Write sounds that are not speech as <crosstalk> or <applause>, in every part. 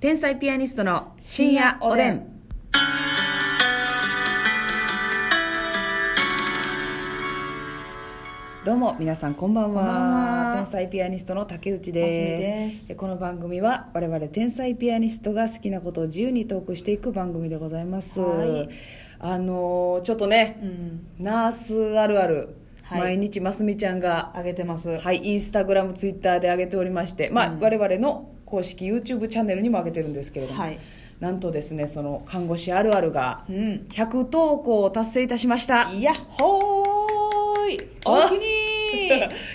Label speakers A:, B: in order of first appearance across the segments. A: 天才ピアニストの深夜おでん。どうも皆さんこんばんは
B: こんばんは
A: 天才ピアニストの竹内で
B: ますすみです
A: えこの番組は我々天才ピアニストが好きなことを自由にトークしていく番組でございます、
B: はい
A: あのーちょっとね、
B: うん
A: ナースあるある、
B: はい
A: 毎日ますみちゃんが
B: あげてますはい、
A: はい、インスタグラム、ツイッターで上げておりまして、まあ
B: うん
A: 我々の公式 YouTube チャンネルにも上げてるんですけれども、なんとですねその看護師あるあるが
B: うん
A: 100投稿を達成いたしました。
B: いやっほーいおおきに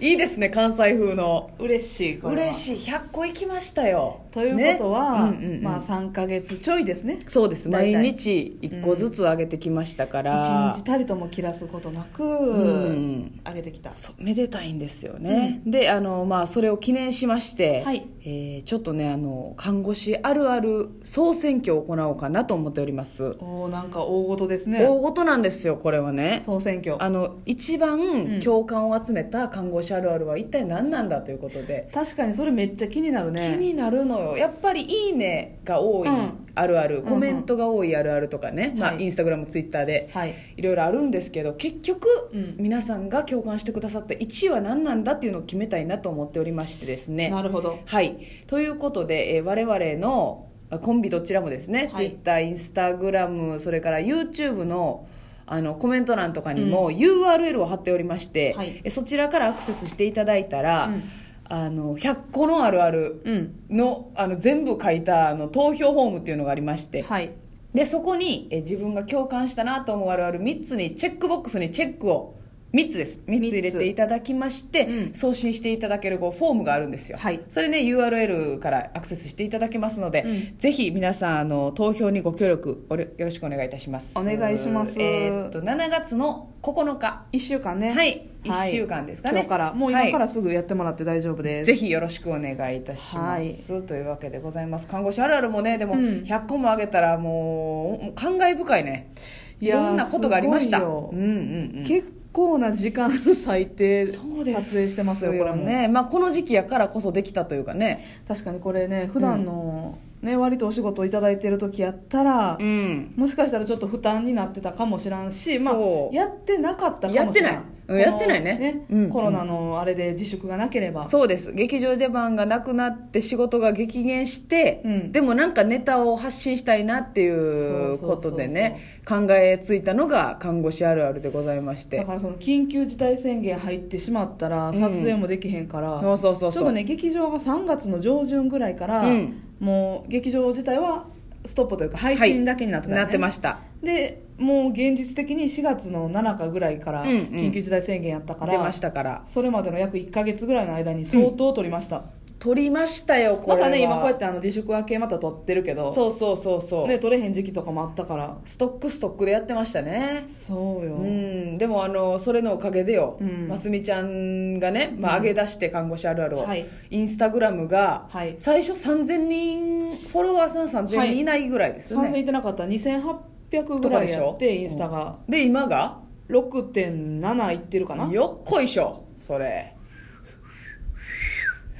A: いいですね関西風の
B: 嬉しいこれは
A: <laughs> 嬉しい100個いきましたよ
B: ということは、
A: ねうんうんうん
B: まあ3か月ちょいですね
A: そうです
B: 大
A: 毎
B: 体
A: 日1個ずつ上げてきましたか
B: 一
A: ら、
B: 日たりとも切らすことなく、
A: ん
B: あげてきた
A: そうめでたいんですよね、であの、まあ、それを記念しまして、
B: はい
A: えーちょっとねあの看護師あるある総選挙を行おうかなと思っております、
B: おーなんか大事ですね
A: 大事なんですよこれはね
B: 総選挙
A: あの一
B: う
A: 番
B: ん
A: 共感を集めた看護師あるあるは一体何なんだということで、
B: 確かにそれめっちゃ気になるね
A: 気になるのよやっぱり「いいね」が多い
B: うん
A: あるある、
B: ん
A: コメントが多いあるあるとかね、まあ、
B: はい
A: インスタグラムツイッターで
B: はい
A: いろいろあるんですけど結局、
B: うん
A: 皆さんが共感してくださった1位は何なんだっていうのを決めたいなと思っておりましてですね
B: なるほど
A: はいということで、えー我々のあコンビどちらもですね、
B: はい
A: Twitter インスタグラムそれから YouTube のあのコメント欄とかにも URL を貼っておりまして、
B: はい
A: えそちらからアクセスしていただいたら、
B: うん
A: あの100個のあるある
B: うん
A: のあの全部書いたあの投票フォームっていうのがありまして、
B: はい
A: でそこにえ自分が共感したなと思うあるある3つにチェックボックスにチェックを3つです3つ入れていただきまして、
B: うん
A: 送信していただけるこうフォームがあるんですよ、
B: はい
A: それね URL からアクセスしていただけますので、
B: うん
A: ぜひ皆さんあの投票にご協力おれよろしくお願いいたします
B: お願いします
A: えーっと7月の9日
B: 1週間ね
A: はい一週間ですかね
B: 今日からもう今か
A: は
B: らすぐやってもらって大丈夫です、
A: ぜひよろしくお願いいたします、というわけでございます看護師あるあるもねでも
B: うん
A: 100個もあげたらもう感慨深いねい
B: いやー
A: ろんなことがありました
B: す
A: う
B: ご
A: ん
B: い
A: うん
B: よ
A: うん
B: 結構な時間最低撮
A: そうです
B: 影してますよこれも
A: ね、まあ、この時期やからこそできたというかね
B: 確かにこれね普段のね、割とお仕事をいただいてる時やったら、
A: うん
B: もしかしたらちょっと負担になってたかもしらんし、まあ
A: そ、う
B: やってなかったかもしれん
A: やってないうんやってないねうん
B: コロナのあれで自粛がなければ、
A: そうです劇場出番がなくなって仕事が激減して、
B: うん
A: でもなんかネタを発信したいなってい
B: そう
A: う
B: そうそ
A: こ
B: うそう
A: とでね考えついたのが看護師あるあるでございまして
B: だからその緊急事態宣言入ってしまったら
A: ん
B: 撮影もできへんから、
A: そうそうそう
B: ち
A: そ
B: ょ
A: う
B: うどね劇場が3月の上旬ぐらいから、
A: うん
B: もう劇場自体はストップというか配信だけになってたよね
A: なってました
B: でもう現実的に4月の7日ぐらいから
A: うんうん
B: 緊急事態宣言やったから、
A: 出ましたから
B: それまでの約1か月ぐらいの間に相当取りました、
A: 撮りましたよこ
B: ま
A: れは
B: たね今こうやってあの自粛明けまた取ってるけど
A: そうそうそうそう、
B: ね、取れへん時期とかもあったから
A: ストックストックでやってましたね
B: そうよ、
A: うんでもあのそれのおかげでよ、
B: うん
A: ますみちゃんがね、まあ、上げ出して看護師あるあるを、
B: はい
A: インスタグラムが
B: はい
A: 最初3000人フォロワーさん3000人いないぐらいですよね、
B: 3000いってなかったら2800ぐらいや
A: とか
B: っ
A: でしょ
B: てインスタが
A: で今が
B: 6.7いってるかな
A: よっこいしょそれ <laughs>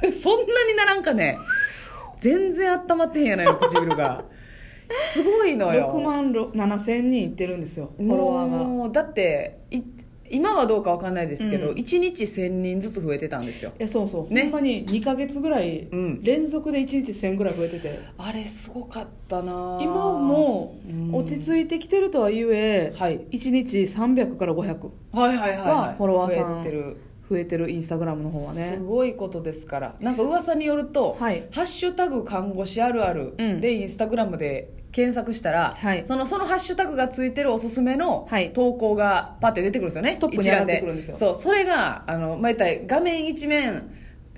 A: そんなにならんかね全然温まってへんやないの唇がすごいの
B: <laughs>
A: よ
B: 6万7000人いってるんですよフォロワーが
A: もうだってい今はどうかわかんないですけど、
B: うん
A: 1日1000人ずつ増えてたんですよ
B: えそうそう、
A: ね
B: ほんまに2か月ぐらい
A: うん
B: 連続で1日1000ぐらい増えてて、
A: あれすごかったな
B: 今も
A: うん
B: 落ち着いてきてるとはいえ、
A: はい
B: 1日300から500
A: はいはいはい、は、
B: はいフォロワーさん
A: 増えてる
B: 増えてるインスタグラムの方は
A: す
B: ね
A: ごいことですからなんか噂によると「
B: はい
A: ハッシュタグ看護師あるある」
B: うん
A: でインスタグラムで検索したら、
B: はい
A: そのそのハッシュタグがついてるおすすめの
B: はい
A: 投稿がパッて出てくるんですよね、
B: トップに
A: 一覧
B: 上がってくるんですよ
A: そうそれがあの毎回画面一面、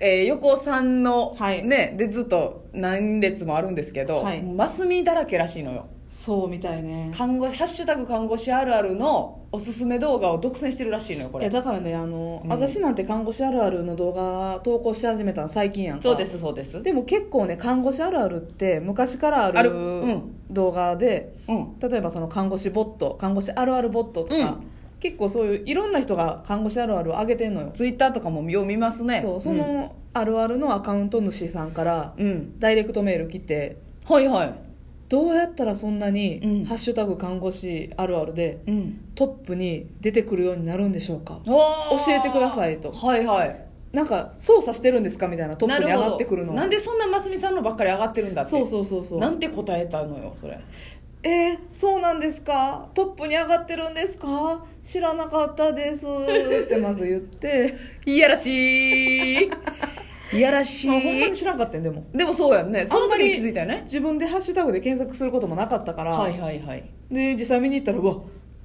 A: えー横3の、
B: はい
A: ねでずっと何列もあるんですけど、
B: はい
A: マスミだらけらしいのよ
B: そうみたいね
A: 看護「ハッシュタグ看護師あるある」のおすすめ動画を独占してるらしいのよこ
B: いや
A: れ
B: だからねあの、
A: うん
B: 私なんて看護師あるあるの動画投稿し始めたの最近やんか
A: そうですそうです
B: でも結構ね看護師あるあるって昔からあ
A: ある
B: る
A: うん
B: 動画で、
A: うん
B: 例えばその看護師ボット看護師あるあるボットとか、
A: うん
B: 結構そういういろんな人が看護師あるあるを上げてんのよ、
A: ツイッターとかもよう見ますね
B: そうそのあるあるのアカウント主さんから
A: うん、うん
B: ダイレクトメール来て
A: はいはい
B: どうやったらそんなに
A: うん
B: 「ハッシュタグ看護師あるある」で
A: うん
B: トップに出てくるようになるんでしょうか
A: 教
B: えてくださいと
A: はいはい
B: なんか操作してるんですかみたいなトップに上がってくる
A: な
B: の
A: るほどなんでそんなますみさんのばっかり上がってるんだって
B: そうそうそうそう
A: なんて答えたのよそれ
B: えー、そうなんですかトップに上がってるんですか知らなかったですってまず言って
A: <laughs> いやらしいいやらし
B: まあほんま
A: い
B: に知らんかったんでも
A: でもそうやんねその時に
B: あんまり
A: 気づいたよね
B: 自分でハッシュタグで検索することもなかったから、
A: はいはいはい
B: で実際見に行ったらうわ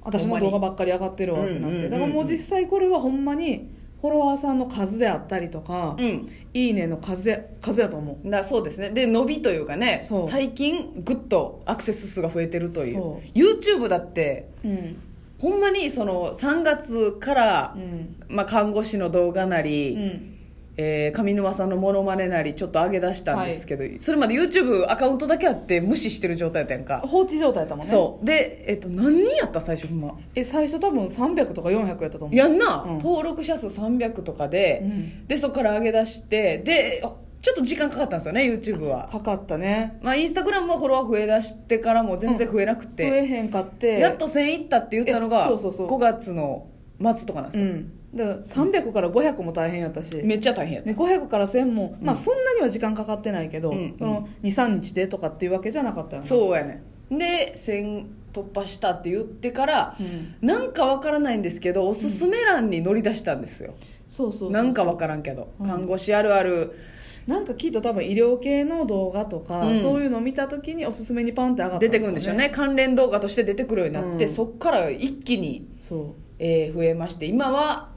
B: 私の動画ばっかり上がってるわってなっ
A: うんうんうんう
B: て
A: ん
B: だからもう実際これはほんまにフォロワーさんの数であったりとか、
A: うん
B: いいねの数や数やと思う
A: だそうですねで伸びというかね
B: そう
A: 最近グッとアクセス数が増えてるという
B: そ
A: YouTube だって
B: うん
A: ほんまにその3月から、
B: うん
A: まあ、看護師の動画なり、
B: うん
A: えー上沼さんのモノマネなりちょっと上げ出したんですけど、それまで YouTube アカウントだけあって無視してる状態やったやんか、
B: 放置状態やったもんね
A: そうで、えっと、何人やった最初ほんま
B: え最初多分300とか400やったと思う
A: やんな、
B: うん
A: 登録者数300とか
B: う
A: で、
B: ん
A: でそこから上げ出してであちょっと時間かかったんですよね YouTube は
B: かかったね
A: まあインスタグラムはフォロワー増えだしてからも全然増えなく
B: 増
A: て、
B: えへんかって
A: やっと1000いったって言ったの
B: え
A: が
B: そうそうそう
A: 5月の末とかなんです
B: う
A: よ、
B: んだから300から500も大変やったし、
A: めっちゃ大変やった
B: ね、500から1000も、まあ
A: うん
B: そんなには時間かかってないけど、
A: うん
B: その23日でとかっていうわけじゃなかったよね
A: そうやねで1000突破したって言ってから
B: う、ん
A: なんかわからないんですけどおすすめ欄に乗り出したんですよ、
B: そうそうそうそう
A: なんかわからんけど、
B: うん
A: 看護師あるある
B: なんかきっと多分医療系の動画とか、
A: うん
B: そういうのを見た時におすすめにパンって上がった
A: 出てくるんでしょうね関連動画として出てくるようになって、
B: うん
A: そっから一気に、
B: そ
A: えー増えまして今は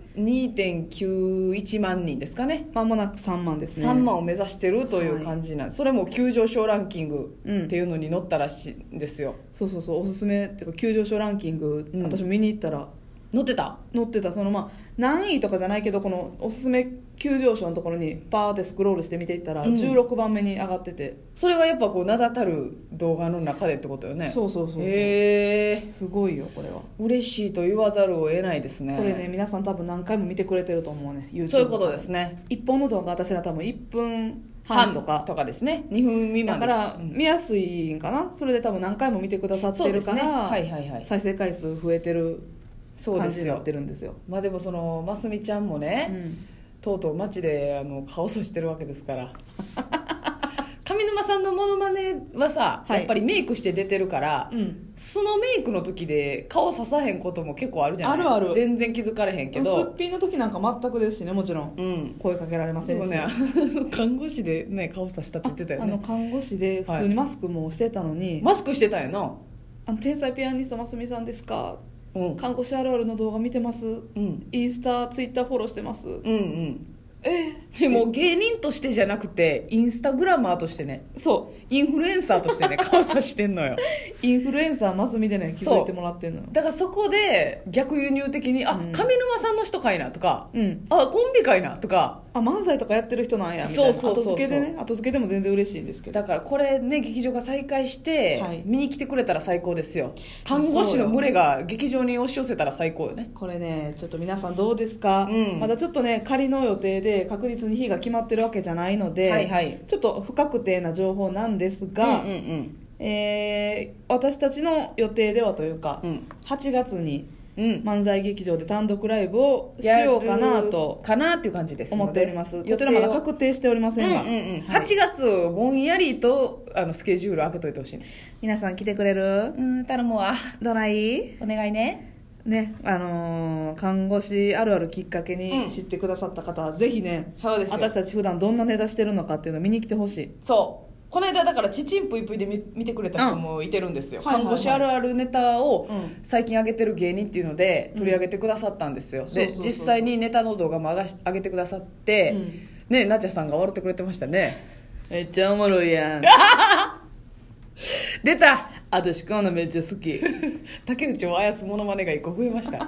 A: 2.91万人ですかね
B: うまもなく3万ですね
A: 3万を目指してるという感じなん、それも急上昇ランキング
B: うん
A: っていうのに乗ったらしいんですよ
B: そうそうそうおすすめっていうか急上昇ランキング、
A: うん
B: 私も見に行ったら
A: 乗ってた
B: 載ってたそのまあ何位とかじゃないけどこのおすすめ急上昇のところにバーってスクロールして見ていったら、
A: うん
B: 16番目に上がってて、
A: それはやっぱこう名だたる動画の中でってことよね
B: そうそうそうそう、
A: へえ
B: すごいよこれは
A: 嬉しいと言わざるを得ないですね
B: これね皆さん多分何回も見てくれてると思うね YouTube
A: そういうことですね
B: 1本の動画私ら多分1分
A: 半
B: 半とか
A: とかですね2分未
B: だ
A: 満
B: か
A: です
B: ら
A: うん
B: 見やすいんかな、それで多分何回も見てくださってるか
A: そ
B: ら、
A: うですねはいはいはい
B: 再生回数増えてる
A: そう
B: 感
A: で
B: じ
A: す
B: にな
A: よ
B: ってるんですよ
A: まあでもそのますみちゃんも
B: う
A: ね、
B: ん
A: とうとう街であの顔さしてるわけですから
B: <laughs>
A: 上沼さんのモノマネはさ、
B: はい
A: やっぱりメイクして出てるから、
B: うん
A: 素のメイクの時で顔ささへんことも結構あるじゃない
B: あるある
A: 全然気づかれへんけ
B: でもすっ
A: ど
B: ぴんの時なんか全くですしねもちろん
A: うん
B: 声かけられませ
A: で
B: ん
A: も
B: し、
A: ね <laughs> 看護師でね顔さしたって言ってたよ
B: あの
A: ね
B: 看護師で普通にマスクもしてたのに「
A: マスクしてたよな
B: あの天才ピアニストますみさんですか
A: うん
B: 看護師あるあるの動画見てます
A: うん
B: インスタツイッターフォローしてます
A: うんうん
B: え
A: でも芸人としてじゃなくてインスタグラマーとしてね
B: そ
A: インフルエンサーとして
B: <laughs>
A: ね顔さしてんのよ
B: うインフルエンサーますみでね気づいてもらってんのよ
A: だからそこで逆輸入的にあ、
B: うん
A: 上沼さんの人かいなとか
B: うん
A: あコンビかいなとか
B: あ漫才とかやってる人なんやみたいな
A: そうそうそうそう
B: 後付けでね後付けでも全然嬉しいんですけど
A: だからこれね劇場が再開して、
B: はい
A: 見に来てくれたら最高ですよ看護師の群れが劇場に押し寄せたら最高よね
B: これねちょっと皆さんどうですか、
A: うん
B: まだちょっとね仮の予定で確実に日が決まってるわけじゃないので、
A: はいはい
B: ちょっと不確定な情報なんですが、
A: うんうんうん
B: えー私たちの予定ではというか、
A: うん
B: 8月に
A: うん
B: 漫才劇場で単独ライブをしようかな
A: やる
B: と
A: かなっていう感じですので
B: 思っておりますこ
A: 予
B: ち
A: 定
B: らまだ
A: を
B: 確定しておりませんが、
A: うんうんうん、
B: はい
A: 8月ぼんやりとあのスケジュール開けといてほしいんですよ
B: 皆さん来てくれる
A: うん頼むわ
B: どない
A: お願いね
B: ねあのー看護師あるあるきっかけに知ってくださった方は、ぜひね
A: そうですよ
B: 私たち普段どんなネタしてるのかっていうのを見に来てほしい
A: そうこの間だから「ちちんぷいぷい」で見見てくれた人もいてるんですよ、
B: うんはいはい
A: 看護師あるあるネタを
B: うん
A: 最近上げてる芸人っていうので取り上げてくださったんですよ、
B: んそう
A: で
B: そうそうそう
A: 実際にネタの動画も上がし上げてくださって、
B: うん
A: ねなちゃさんが笑ってくれてましたね
B: めっちゃおもろ
A: <laughs>
B: いやん
A: 出た
B: 私こうのめっちゃ好き
A: 竹内をあやすモノマネが一個増えました <laughs>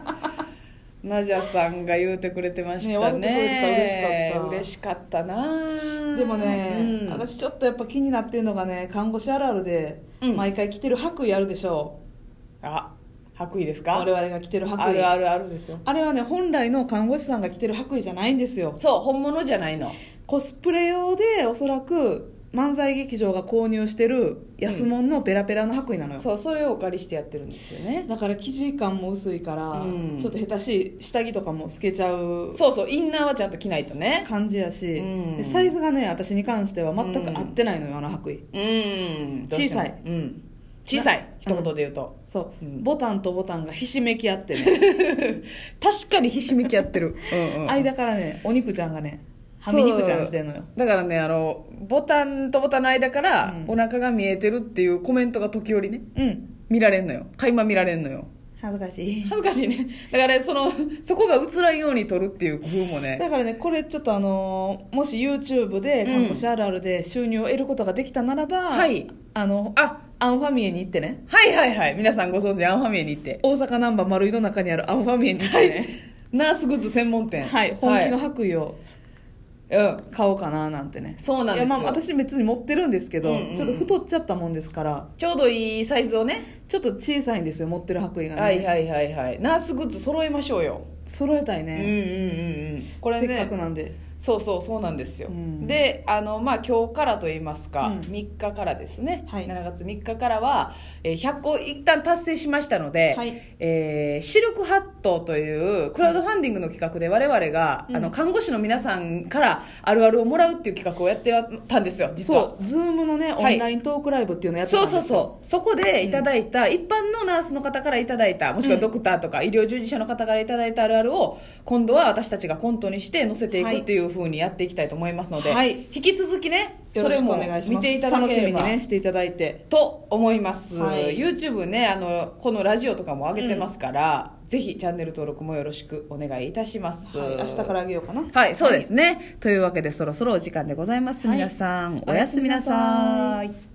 A: ナジャさんが言うてくれてましたね
B: ね笑ってくれてた
A: 嬉しかったな
B: でもね、
A: うん
B: 私ちょっとやっぱ気になってるのがね看護師あるあるで
A: うん
B: 毎回着てる白衣あるでしょ
A: あ白衣です
B: う、
A: か
B: 我々が着てる白
A: あ
B: 衣
A: るあるあるですよ
B: あれはね本来の看護師さんが着てる白衣じゃないんですよ
A: そう本物じゃないの
B: コスプレ用でおそらく漫才劇場が購入してる安物のペラペラの白衣なのよ、
A: そうそれをお借りしてやってるんですよね
B: だから生地感も薄いから、
A: うん
B: ちょっと下手しい下着とかも透けちゃう
A: そうそうインナーはちゃんと着ないとね
B: 感じやし、
A: うん
B: でサイズがね私に関しては全く合ってないのよ、あの白衣
A: うん
B: 小さい
A: うん小さい一言で言うと、
B: そ
A: う
B: う、
A: ん
B: ボタンとボタンがひしめき合ってね
A: 確かにひしめき合ってるうん、うん、
B: 間からねお肉ちゃんがねはみ肉ちゃんしてんのよ
A: だからねあのボタンとボタンの間から
B: うん
A: お腹が見えてるっていうコメントが時折ね
B: うん
A: 見られんのよ垣間見られんのよ
B: 恥ずかしい
A: 恥ずかしいねだから、ね、そのそこが映らんように撮るっていう工夫もね
B: だからねこれちょっとあのーもし YouTube で「
A: うん
B: 看護師あるある」で収入を得ることができたならば、
A: はい
B: あの
A: あ
B: アンファミエに行ってね
A: はいはいはい皆さんご存知アンファミエに行って
B: 大阪難波丸井の中にあるアンファミエに行ってね
A: ナースグッズ専門店
B: はい、本気の
A: はい
B: 白衣を
A: うん
B: 買おうかななんてね
A: そうなんですよ
B: いやまあ私別に持ってるんですけど、
A: うんうんうん
B: ちょっと太っちゃったもんですから
A: ちょうどいいサイズをね
B: ちょっと小さいんですよ持ってる白衣がね、
A: はいはいはいはいナースグッズ揃えましょうよ、
B: 揃えたい
A: うんうん
B: ね、
A: うんうんこれね
B: せっかくなんで
A: そうそうそうなんですよ、
B: うん
A: であの、まあ、今日からといいますか、
B: うん
A: 3日からですね、
B: はい
A: 7月3日からは、えー100個一旦達成しましたので、
B: はい
A: えーシルクハットというクラウドファンディングの企画で我々が、
B: うん
A: あの看護師の皆さんからあるあるをもらうっていう企画をやってたんですよ実は。
B: そうズームのねオ
A: はい
B: ンライントークライブっていうのやってたん
A: そう
B: です
A: そ
B: よ
A: うそうそこでいただいた、一般のナースの方からいただいたもしくはドクターとか医療従事者の方からいただいたあるあるを今度は私たちがコントにして載せてい
B: は
A: く
B: い
A: っていうふうにやっていきたいと思いますので、
B: はい
A: 引き続きね
B: よ
A: そ
B: ろ
A: れ
B: しく
A: も
B: お願いし
A: 見
B: ます
A: ていただければ
B: 楽しみにねしていただいて
A: と思います、
B: はい
A: YouTube ねあのこのラジオとかも上げてますから、ぜひチャンネル登録もよろしくお願いいたします、
B: はい明日からあげようかな
A: はいそうですね、というわけでそろそろお時間でございます、
B: はい
A: 皆さんおやすみなさ
B: おやすみなさ
A: い